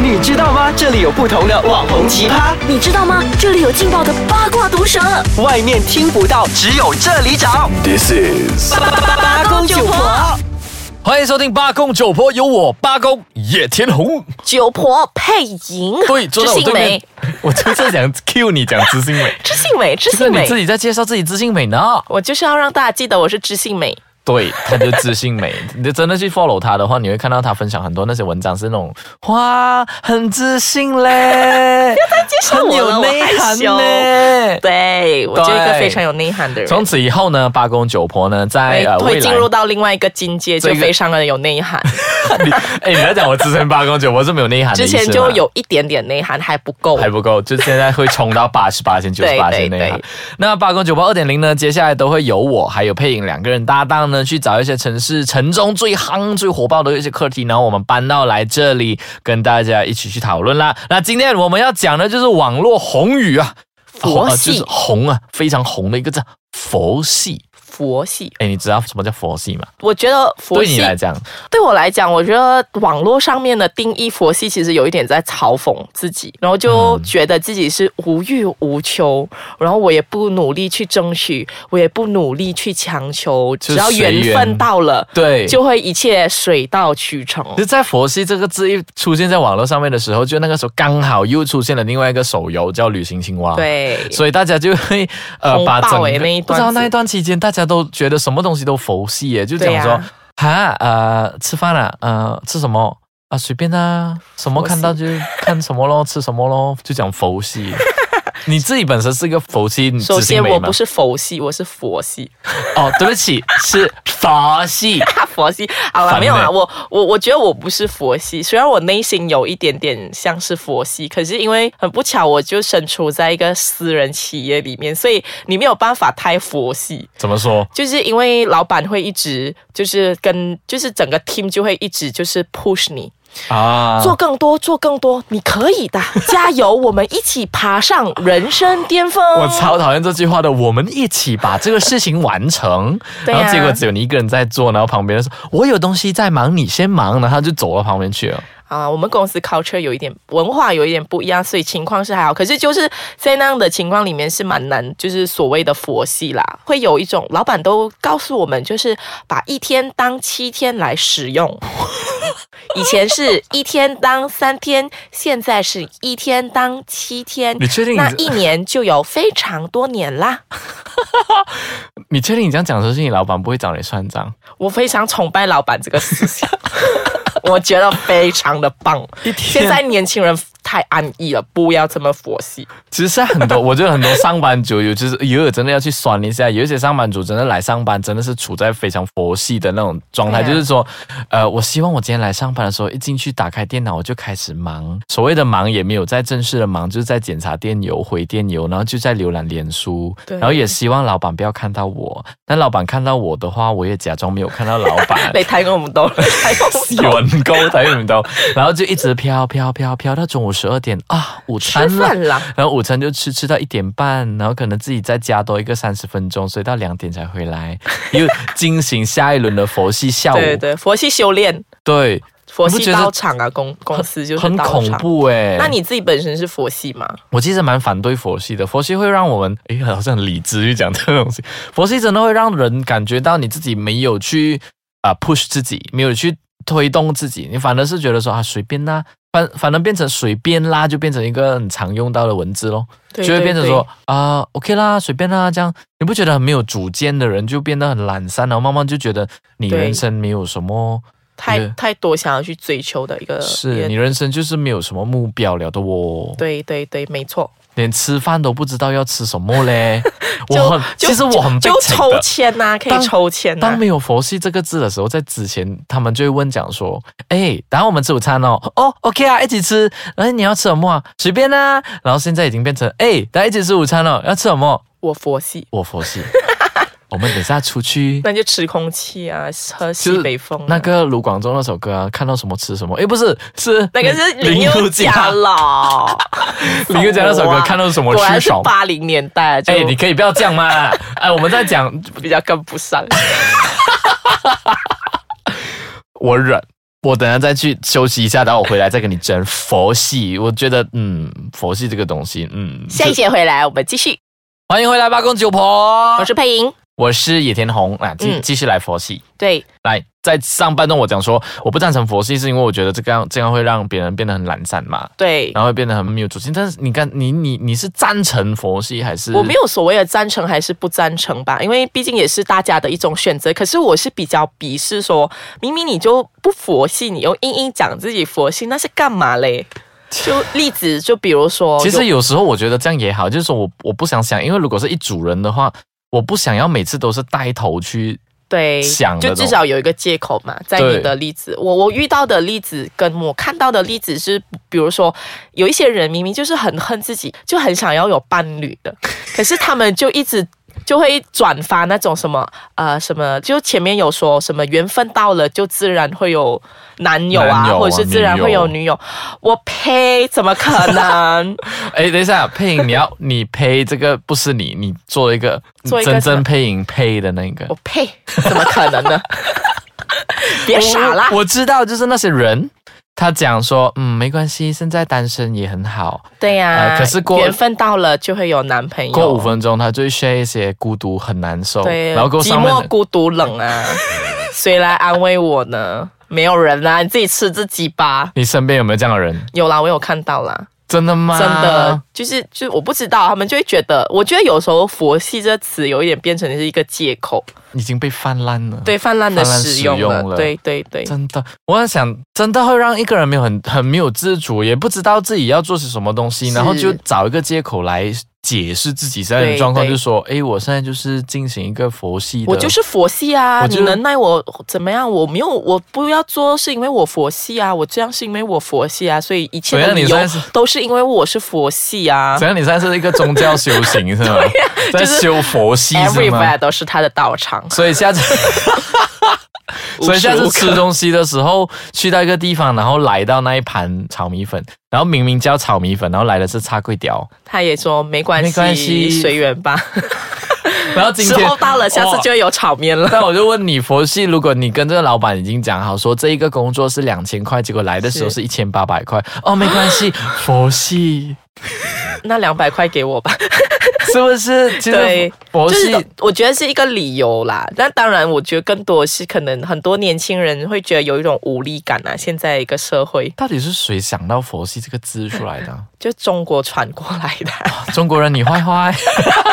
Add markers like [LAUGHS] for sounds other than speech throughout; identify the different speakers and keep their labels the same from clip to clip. Speaker 1: 你知道吗？这里有不同的网红奇葩，
Speaker 2: 你知道吗？这里有劲爆的八卦毒舌，
Speaker 1: 外面听不到，只有这里找。
Speaker 3: This is
Speaker 1: 八八八八公九婆，
Speaker 3: 欢迎收听八公九婆，有我八公野田
Speaker 2: [LAUGHS]
Speaker 3: 红。
Speaker 2: 九婆配银，
Speaker 3: 对，坐
Speaker 2: 知
Speaker 3: 在我
Speaker 2: 性
Speaker 3: 对面
Speaker 2: 美，，
Speaker 3: [LAUGHS] 我就是想 cue 你讲知性美，
Speaker 2: 知性美， [LAUGHS]
Speaker 3: 这
Speaker 2: 知
Speaker 3: 个
Speaker 2: 性
Speaker 3: 你自
Speaker 2: 美。
Speaker 3: 己在介绍自己知性美呢。
Speaker 2: 我就是要让大家记得我是知性美，
Speaker 3: 对，她就知性
Speaker 2: [LAUGHS]
Speaker 3: 美。你真的去 follow 她的话，你会看到她分享很多那些文章，是那种哇，很知性
Speaker 2: [LAUGHS]
Speaker 3: 嘞，
Speaker 2: 介绍
Speaker 3: 很
Speaker 2: 我了，
Speaker 3: 有
Speaker 2: 我
Speaker 3: 内
Speaker 2: 害
Speaker 3: 涵
Speaker 2: 羞。
Speaker 3: 嘞。
Speaker 2: 对，我就一个
Speaker 3: 对
Speaker 2: 非常有内涵的人。
Speaker 3: 从此以后呢，八公九婆呢，在
Speaker 2: 会
Speaker 3: 呃未
Speaker 2: 会进
Speaker 3: 来 [LAUGHS]
Speaker 2: [LAUGHS] 入到另外一个境界，
Speaker 3: 这
Speaker 2: 就
Speaker 3: 个
Speaker 2: 非常的有内
Speaker 3: [LAUGHS]
Speaker 2: 涵。
Speaker 3: 你哎，你在讲我资深八公九，我是没有内涵的
Speaker 2: 之
Speaker 3: 意思嘛
Speaker 2: 前就有一点点内涵，还不够。
Speaker 3: 还不够，就现在会冲到八十八千、九十
Speaker 2: 对
Speaker 3: 八
Speaker 2: 对
Speaker 3: 千那样
Speaker 2: 对。
Speaker 3: 那八公九八二点零呢？接下来都会由我还有配音两个人搭档呢，去找一些城市城中最夯、最火爆的一些课题，然后我们搬到来这里跟大家一起去讨论啦。那今天我们要讲的就是网络红语啊，
Speaker 2: 佛
Speaker 3: 啊
Speaker 2: 系
Speaker 3: 就是红啊，非常红的一个字，佛系。
Speaker 2: 佛系，
Speaker 3: 哎，你知道什么叫佛系吗？
Speaker 2: 我觉得佛
Speaker 3: 对
Speaker 2: 系
Speaker 3: 你来讲，
Speaker 2: 对我来讲，我觉得网络上面的定义佛系，其实有一点在嘲讽自己，然后就觉得自己是无欲无求，然后我也不努力去争取，我也不努力去强求，
Speaker 3: 就
Speaker 2: 只要缘分到了，
Speaker 3: 对，
Speaker 2: 就会一切水到渠成。
Speaker 3: 就在“佛系”这个字一出现在网络上面的时候，就那个时候刚好又出现了另外一个手游叫《旅行青蛙》。。
Speaker 2: 对，
Speaker 3: 所以大家就会呃
Speaker 2: 红
Speaker 3: 把
Speaker 2: 爆
Speaker 3: 整
Speaker 2: 欸
Speaker 3: 个
Speaker 2: 那一
Speaker 3: 不
Speaker 2: 段
Speaker 3: 知道
Speaker 2: 子
Speaker 3: 那一段期间，大家都觉得什么东西都佛系耶，就
Speaker 2: 对啊
Speaker 3: 讲
Speaker 2: 呀
Speaker 3: 说哈呃吃饭了、呃吃什么啊随便啊，什么
Speaker 2: 佛
Speaker 3: 看到就看什么
Speaker 2: [LAUGHS]
Speaker 3: 咯，吃什么咯，就讲佛系。你自己本身是一个佛系，你
Speaker 2: 首
Speaker 3: 知性
Speaker 2: 先
Speaker 3: 美
Speaker 2: 我
Speaker 3: 吗
Speaker 2: 不是佛系，我是佛系，
Speaker 3: 哦，对不起，是佛系。
Speaker 2: 大佛系。好了，
Speaker 3: 烦
Speaker 2: 没有啦，
Speaker 3: 欸
Speaker 2: 我我我觉得我不是佛系，虽然我内心有一点点像是佛系，可是因为很不巧，我就身处在一个私人企业里面，所以你没有办法太佛系。
Speaker 3: 怎么说？
Speaker 2: 就是因为老板会一直就是跟就是整个 team 就会一直就是 push 你
Speaker 3: 啊，
Speaker 2: 做更多做更多，你可以
Speaker 3: [LAUGHS]
Speaker 2: 的，加油，我们一起爬上人生巅峰。
Speaker 3: 我超讨厌这句话的。我们一起把这个事情完成，
Speaker 2: 对啊
Speaker 3: 然后结果只有你一个人在做，然后旁边人说：“我有东西在忙，你先忙。”然后他就走到旁边去了。
Speaker 2: 啊，我们公司 culture 有一点文化有一点不一样，所以情况是还好。可是就是在那样的情况里面是蛮难，就是所谓的佛系啦，会有一种老板都告诉我们，就是把一天当七天来使用。 [LAUGHS] 以前是一天当三天，现在是一天当七天。
Speaker 3: 你确定你
Speaker 2: 那一年就有非常多年啦。
Speaker 3: 你确定你这样讲的时候，是你老板不会找你算账？
Speaker 2: 我非常崇拜老板这个思想， [LAUGHS] 我觉得非常的棒。现在年轻人太安逸了，不要这么佛系。
Speaker 3: [LAUGHS] 其实很多，我觉得很多上班族，有就是有有真的要去酸一下。有一些上班族真的来上班，真的是处在非常佛系的那种状态，
Speaker 2: 对啊
Speaker 3: 就是说，呃，我希望我今天来上班的时候，一进去打开电脑我就开始忙。所谓的忙也没有在正式的忙，就是在检查电邮、回电邮，然后就在浏览脸书，
Speaker 2: 对。
Speaker 3: 然后也希望老板不要看到我。那老板看到我的话，我也假装没有看到老板
Speaker 2: 你睇我唔到，你睇我唔到。
Speaker 3: 完高睇唔到，然后就一直飘飘飘飘到中午十二点啊，午餐
Speaker 2: 吃
Speaker 3: 了
Speaker 2: 饭。啦，
Speaker 3: 然后午餐就吃吃到一点半，然后可能自己再加多一个三十分钟，所以到两点才回来，又 [LAUGHS] 进行下一轮的佛系下午。
Speaker 2: 对对，佛系修炼，
Speaker 3: 对
Speaker 2: 佛
Speaker 3: 你不
Speaker 2: 系
Speaker 3: 觉得
Speaker 2: 道场啊，公公司就是
Speaker 3: 很
Speaker 2: 道场
Speaker 3: 恐。怖哎、
Speaker 2: 那你自己本身是佛系吗？
Speaker 3: 我其实蛮反对佛系的，佛系会让我们诶好像很理智去讲这个东西， [LAUGHS] 佛系真的会让人感觉到你自己没有去啊、push 自己，没有去推动自己，你反而是觉得说啊随便啦。反反而变成随便啦，就变成一个很常用到的文字咯。
Speaker 2: 对
Speaker 3: 就会
Speaker 2: 对
Speaker 3: 变成
Speaker 2: 对
Speaker 3: 说啊、o k 啦，随便啦，这样你不觉得很没有主见的人就变得很懒散，然后慢慢就觉得你
Speaker 2: 对
Speaker 3: 人生没有什么，
Speaker 2: 太
Speaker 3: 对
Speaker 2: 太多想要去追求的一个，一
Speaker 3: 是
Speaker 2: 个
Speaker 3: 你人生就是没有什么目标了的哦，
Speaker 2: 对对对，没错。
Speaker 3: 连吃饭都不知道要吃什么
Speaker 2: [LAUGHS]
Speaker 3: 嘞。我很，
Speaker 2: 就
Speaker 3: 其实我很被
Speaker 2: 就
Speaker 3: 请
Speaker 2: 抽
Speaker 3: 的。
Speaker 2: 签啊呐、可以
Speaker 3: 当
Speaker 2: 抽签呐、
Speaker 3: 当没有“佛系”这个字的时候，在之前他们就会问讲说：“哎，等下我们吃午餐哦，哦，OK 啊，一起吃。哎，你要吃什么啊？随便啦、然后现在已经变成：“哎，大家一起吃午餐哦，要吃什么？
Speaker 2: 我佛系，
Speaker 3: 我佛
Speaker 2: [LAUGHS]
Speaker 3: 系。我们等下出去
Speaker 2: 那就吃空气啊，喝
Speaker 3: 就
Speaker 2: 西
Speaker 3: 是
Speaker 2: 北风啊、
Speaker 3: 那个卢广仲那首歌啊，看到什么吃什么。诶，不是，是
Speaker 2: 那个是林宥嘉啦，
Speaker 3: [LAUGHS] 林宥嘉那首
Speaker 2: 什么
Speaker 3: 歌
Speaker 2: 啊
Speaker 3: 看到什
Speaker 2: [LAUGHS]
Speaker 3: 么
Speaker 2: 果然
Speaker 3: 吃
Speaker 2: 是
Speaker 3: 什么。
Speaker 2: 八零年代，就
Speaker 3: 哎，你可以不要这样嘛！ [LAUGHS] 哎，我们在讲， [LAUGHS]
Speaker 2: 比较跟不上。
Speaker 3: 我忍，我等下再去休息一下，然后我回来再跟你争佛系。我觉得，嗯，佛系这个东西，嗯，
Speaker 2: 下一节回来我们继续，
Speaker 3: 欢迎回来八公九婆，
Speaker 2: 我是配音，
Speaker 3: 我是野田红啊，继
Speaker 2: 嗯
Speaker 3: 继续来佛系。
Speaker 2: 对，
Speaker 3: 来，在上半段我讲说我不赞成佛系，是因为我觉得这个样这样会让别人变得很懒散嘛，
Speaker 2: 对，
Speaker 3: 然后会变得很没有主见。但是你看，你你你是赞成佛系还是？
Speaker 2: 我没有所谓的赞成还是不赞成吧，因为毕竟也是大家的一种选择。可是我是比较鄙视说，明明你就不佛系，你又硬硬讲自己佛系，那是干嘛嘞？就例子，就比如
Speaker 3: [LAUGHS]
Speaker 2: 说，
Speaker 3: 其
Speaker 2: 有
Speaker 3: 实有时候我觉得这样也好，就是说我我不想想，因为如果是一组人的话，我不想要每次都是带头去。
Speaker 2: 对，
Speaker 3: 想的
Speaker 2: 就
Speaker 3: 东
Speaker 2: 至少有一个借口嘛。在
Speaker 3: 对
Speaker 2: 你的例子，我我遇到的例子跟我看到的例子是，比如说有一些人明明就是很恨自己，就很想要有伴侣
Speaker 3: [LAUGHS]
Speaker 2: 的，可是他们就一直。就会转发那种什么呃什么，就前面有说什么缘分到了就自然会有男友啊，
Speaker 3: 男友啊
Speaker 2: 或者是自然会有女友。我呸，怎么可能？ [LAUGHS]
Speaker 3: 哎，等一下，配音你要你配这个不是你，你做一个
Speaker 2: 做一个
Speaker 3: 真
Speaker 2: 什
Speaker 3: 正
Speaker 2: 么
Speaker 3: 配音配的那个
Speaker 2: 我。呸，怎么可能呢？ [LAUGHS] 别傻啦！
Speaker 3: 我我知道，就是那些人，他讲说，嗯，没关系，现在单身也很好。
Speaker 2: 对呀、
Speaker 3: 呃可是过
Speaker 2: 缘分到了就会有男朋友，
Speaker 3: 过五分钟，他就会 share 一些孤独很难受，
Speaker 2: 对，
Speaker 3: 然后过
Speaker 2: 寂
Speaker 3: 上面
Speaker 2: 寞
Speaker 3: 的
Speaker 2: 孤独
Speaker 3: [LAUGHS]
Speaker 2: 冷啊，谁来安慰我呢？没有人啦、你自己吃自己吧。
Speaker 3: 你身边有没有这样的人？
Speaker 2: 有啦，我有看到啦，
Speaker 3: 真的吗？
Speaker 2: 真的，就是就是我不知道，他们就会觉得，我觉得有时候“佛系”这词有一点变成是一个借口，
Speaker 3: 已经被泛滥了。，
Speaker 2: 对泛滥的
Speaker 3: 泛滥
Speaker 2: 使用
Speaker 3: 使用
Speaker 2: 了，
Speaker 3: 了
Speaker 2: 对对对，
Speaker 3: 真的，我在想，真的会让一个人没有很很没有自主，也不知道自己要做些什么东西，
Speaker 2: 是
Speaker 3: 然后就找一个借口来解释自己现在的
Speaker 2: 对
Speaker 3: 状况，
Speaker 2: 对
Speaker 3: 就说，哎，我现在就是进行一个佛系的，
Speaker 2: 我就是佛系啊，
Speaker 3: 我
Speaker 2: 你
Speaker 3: 就
Speaker 2: 能奈我怎么样？我没有，我不要做是因为我佛系啊，我这样是因为我佛系啊，所以一切
Speaker 3: 怎
Speaker 2: 的
Speaker 3: 样
Speaker 2: 理
Speaker 3: 你
Speaker 2: 由
Speaker 3: 现在是
Speaker 2: 都是因为我是佛系啊
Speaker 3: 怎。样？你现在是一个宗教修行是吗？
Speaker 2: [LAUGHS]
Speaker 3: 在
Speaker 2: 就是
Speaker 3: 修佛系是吗
Speaker 2: Everywhere？都是他的道场，
Speaker 3: 所以下次， [LAUGHS] 所以下次
Speaker 2: 无时无
Speaker 3: 吃
Speaker 2: 刻
Speaker 3: 东西的时候，去到一个地方，然后来到那一盘炒米粉，然后明明叫炒米粉，然后来的是叉贵屌，
Speaker 2: 他也说没关系，
Speaker 3: 没关系
Speaker 2: 随缘吧。
Speaker 3: 然后今
Speaker 2: 时
Speaker 3: 天
Speaker 2: 候到了，下次
Speaker 3: 哇
Speaker 2: 就会有炒
Speaker 3: [LAUGHS]
Speaker 2: 面了。
Speaker 3: 那我就问你，佛系，如果你跟这个老板已经讲好说这一个工作是两千块，结果来的时候
Speaker 2: 是
Speaker 3: 是一千八百块，哦，没关系， [LAUGHS] 佛系
Speaker 2: 那两百块给我吧，
Speaker 3: 是不是？其实
Speaker 2: 对
Speaker 3: 佛
Speaker 2: 就
Speaker 3: 系
Speaker 2: 是我觉得是一个理由啦。但当然，我觉得更多是可能很多年轻人会觉得有一种无力感啊。现在一个社会，
Speaker 3: 到底是谁想到佛系这个字出来的 [LAUGHS] 啊？
Speaker 2: 就中国传过来的。
Speaker 3: 中国人，你坏坏。 [LAUGHS]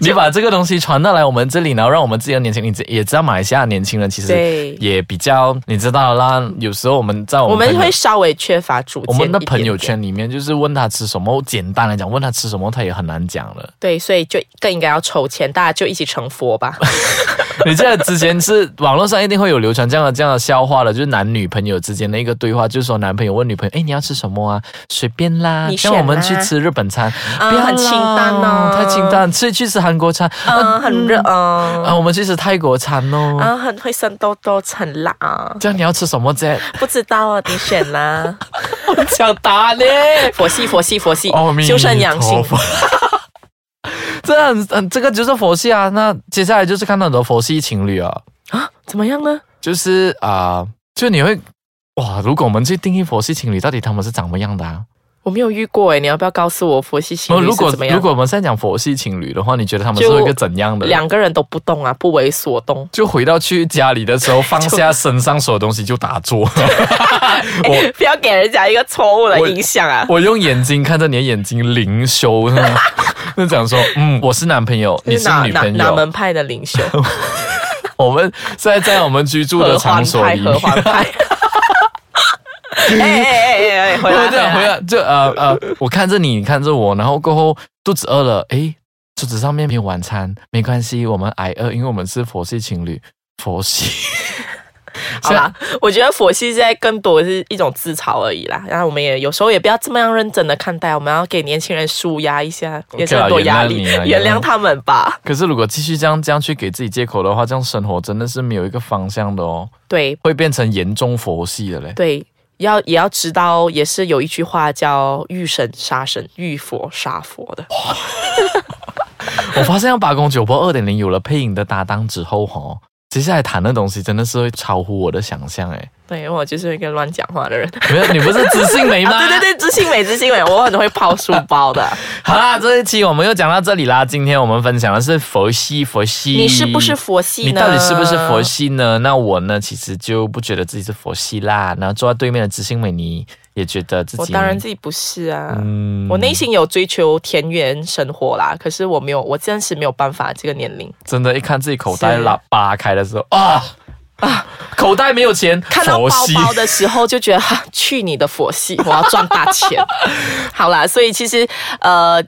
Speaker 3: 你把这个东西传到来我们这里，然后让我们自己的年轻人也知道，马来西亚的年轻人其实
Speaker 2: 对
Speaker 3: 也比较，你知道啦。有时候我们在我
Speaker 2: 我
Speaker 3: 们
Speaker 2: 们
Speaker 3: 哦朋友
Speaker 2: 会稍微缺乏主见
Speaker 3: 我们的
Speaker 2: 一点
Speaker 3: 朋友
Speaker 2: 点
Speaker 3: 圈里面，就是问他吃什么，简单来讲，问他吃什么，他也很难讲了。
Speaker 2: 对，所以就更应该要筹钱，大家就一起成佛
Speaker 3: [LAUGHS]
Speaker 2: 吧。
Speaker 3: 你记得之前是网络上一定会有流传这样的这样的笑话的，就是男女朋友之间的一个对话，就是说男朋友问女朋友：“哎，你要吃什么啊？随便啦，
Speaker 2: 你选
Speaker 3: 像
Speaker 2: 啦
Speaker 3: 我们去吃日本餐，
Speaker 2: 啊
Speaker 3: 不要啦
Speaker 2: 很清淡哦
Speaker 3: 太清淡，去去吃韩国餐，
Speaker 2: 嗯，很热
Speaker 3: [LAUGHS] 啊，
Speaker 2: 啊，
Speaker 3: 我们去吃泰国餐哦。
Speaker 2: 啊，很会生痘痘，很辣啊，
Speaker 3: 这样你要吃什么啫？
Speaker 2: 不知道啊，你选啦。
Speaker 3: [LAUGHS] 想打呢？
Speaker 2: 佛系，佛系，佛系
Speaker 3: 阿弥，
Speaker 2: 修身养性
Speaker 3: [LAUGHS] 陀。佛这很很这个就是佛系啊。那接下来就是看到很多佛系情侣啊，
Speaker 2: 怎么样呢？
Speaker 3: 就是啊、就你会哇，如果我们去定义佛系情侣，到底他们是长什么样的啊？
Speaker 2: 我没有遇过哎，你要不要告诉我佛系情
Speaker 3: 哦
Speaker 2: 侣
Speaker 3: 如
Speaker 2: 是
Speaker 3: 果
Speaker 2: 怎么样？
Speaker 3: 如果我们现在讲佛系情侣的话，你觉得他们是
Speaker 2: 就
Speaker 3: 一个怎样的人？
Speaker 2: 两个人都不动啊，不为所动，
Speaker 3: 就回到去家里的时候，放下身上所有东西就打坐。我
Speaker 2: [LAUGHS] 不要给人家一个错误的
Speaker 3: 我
Speaker 2: 影响啊。
Speaker 3: 我用眼睛看着你的眼睛灵修，是吗就讲说，嗯，我是男朋友，你是
Speaker 2: 哪
Speaker 3: 女
Speaker 2: 哪
Speaker 3: 朋
Speaker 2: 哪
Speaker 3: 友。
Speaker 2: 门派的领袖？
Speaker 3: 我们现在在我们居住的
Speaker 2: 合
Speaker 3: 场
Speaker 2: 欢
Speaker 3: 所
Speaker 2: 派，
Speaker 3: 里面
Speaker 2: 合，欢派。哎哎哎哎哎，回来
Speaker 3: 我这样回来就呃呃，我看着你，你看着我，然后过后肚子饿了，诶，桌子上面没有晚餐，没关系，我们挨饿，因为我们是佛系情侣，佛系。
Speaker 2: 好啦，我觉得佛系现在更多是一种自嘲而已啦。然后我们也有时候也不要这么样认真的看待，我们要给年轻人舒压一下，也是很多压力，
Speaker 3: 原谅你啊
Speaker 2: 原谅他们吧。
Speaker 3: 可是如果继续这样这样去给自己借口的话，这样生活真的是没有一个方向的哦，
Speaker 2: 对
Speaker 3: 会变成严重佛系的嘞。
Speaker 2: 对，要也要知道，也是有一句话叫“遇神杀神，遇佛杀佛”的。
Speaker 3: 我发现八公九婆二点零有了配音的搭档之后哦，接下来谈的东西真的是会超乎我的想象诶。
Speaker 2: 对我就是一个乱讲话的人。
Speaker 3: 没有，你不是知性美吗？
Speaker 2: 啊， [LAUGHS] 对对对，知性美，知性美，我很会抛书包的。
Speaker 3: 好啦，这一期我们又讲到这里啦。今天我们分享的是佛系，佛系，
Speaker 2: 你是不是佛系呢
Speaker 3: 你到底是不是佛系呢？那我呢，其实就不觉得自己是佛系啦。然后坐在对面的知性美，你也觉得自己
Speaker 2: 我当然自己不是啊，
Speaker 3: 嗯
Speaker 2: 我内心有追求田园生活啦，可是我没有，我暂时没有办法这个年龄。
Speaker 3: 真的，一看自己口袋
Speaker 2: 是
Speaker 3: 喇叭开的时候啊啊，口袋没有钱，
Speaker 2: 看到
Speaker 3: 佛
Speaker 2: 包
Speaker 3: 系。
Speaker 2: 包的时候就觉得，哈去你的佛系，我要赚大
Speaker 3: [LAUGHS]
Speaker 2: 钱。好啦，所以其实呃。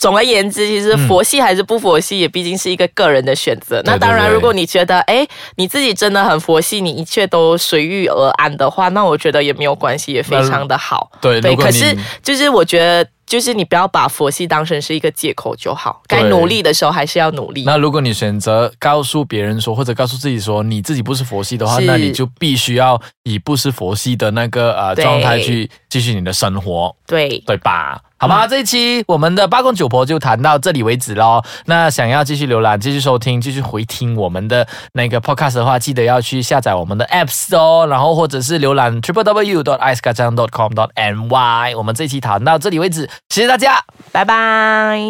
Speaker 2: 总而言之，其实佛系还是不佛系，也毕竟是一个个人的选择。那当
Speaker 3: 嗯
Speaker 2: 然，
Speaker 3: 对对
Speaker 2: 如果你觉得哎，你自己真的很佛系，你一切都随遇而安的话，那我觉得也没有关系，也非常的好。
Speaker 3: 对
Speaker 2: 对，
Speaker 3: 如果
Speaker 2: 可
Speaker 3: 你
Speaker 2: 是就是我觉得，就是你不要把佛系当成是一个借口就好，该
Speaker 3: 对
Speaker 2: 努力的时候还是要努力。
Speaker 3: 那如果你选择告诉别人说，或者告诉自己说你自己不是佛系的话，
Speaker 2: 是
Speaker 3: 那你就必须要以不是佛系的那个呃
Speaker 2: 对
Speaker 3: 状态去继续你的生活。
Speaker 2: 对，
Speaker 3: 对吧？好吧，这一期我们的八公九婆就谈到这里为止喽。那想要继续浏览、继续收听、继续回听我们的那个 podcast 的话，记得要去下载我们的 apps 哦，然后或者是浏览 triple w dot i c e k a c a n g dot com dot ny。我们这一期谈到这里为止，谢谢大家。
Speaker 2: 拜拜。